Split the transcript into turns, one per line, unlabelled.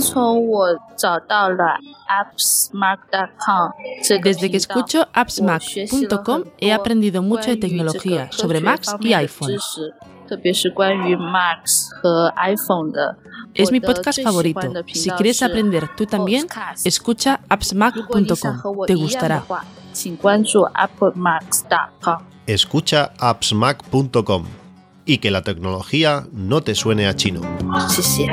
从我找到了 appsmark.com 这个
Desde que escucho appsmac.com he aprendido mucho de tecnología sobre Macs y iPhone.
特别是关于 Macs 和 iPhone 的。
Es mi
我的
podcast
最喜欢
favorito.
的频
Si
道
quieres
是
aprender tú también,
Podcast
escucha
如果你想和
appsmac.com.
我
Te
一样的
gustará.
话，请关注 appsmac.com。
Escucha appsmac.com y que la tecnología no te suene a chino.
谢谢。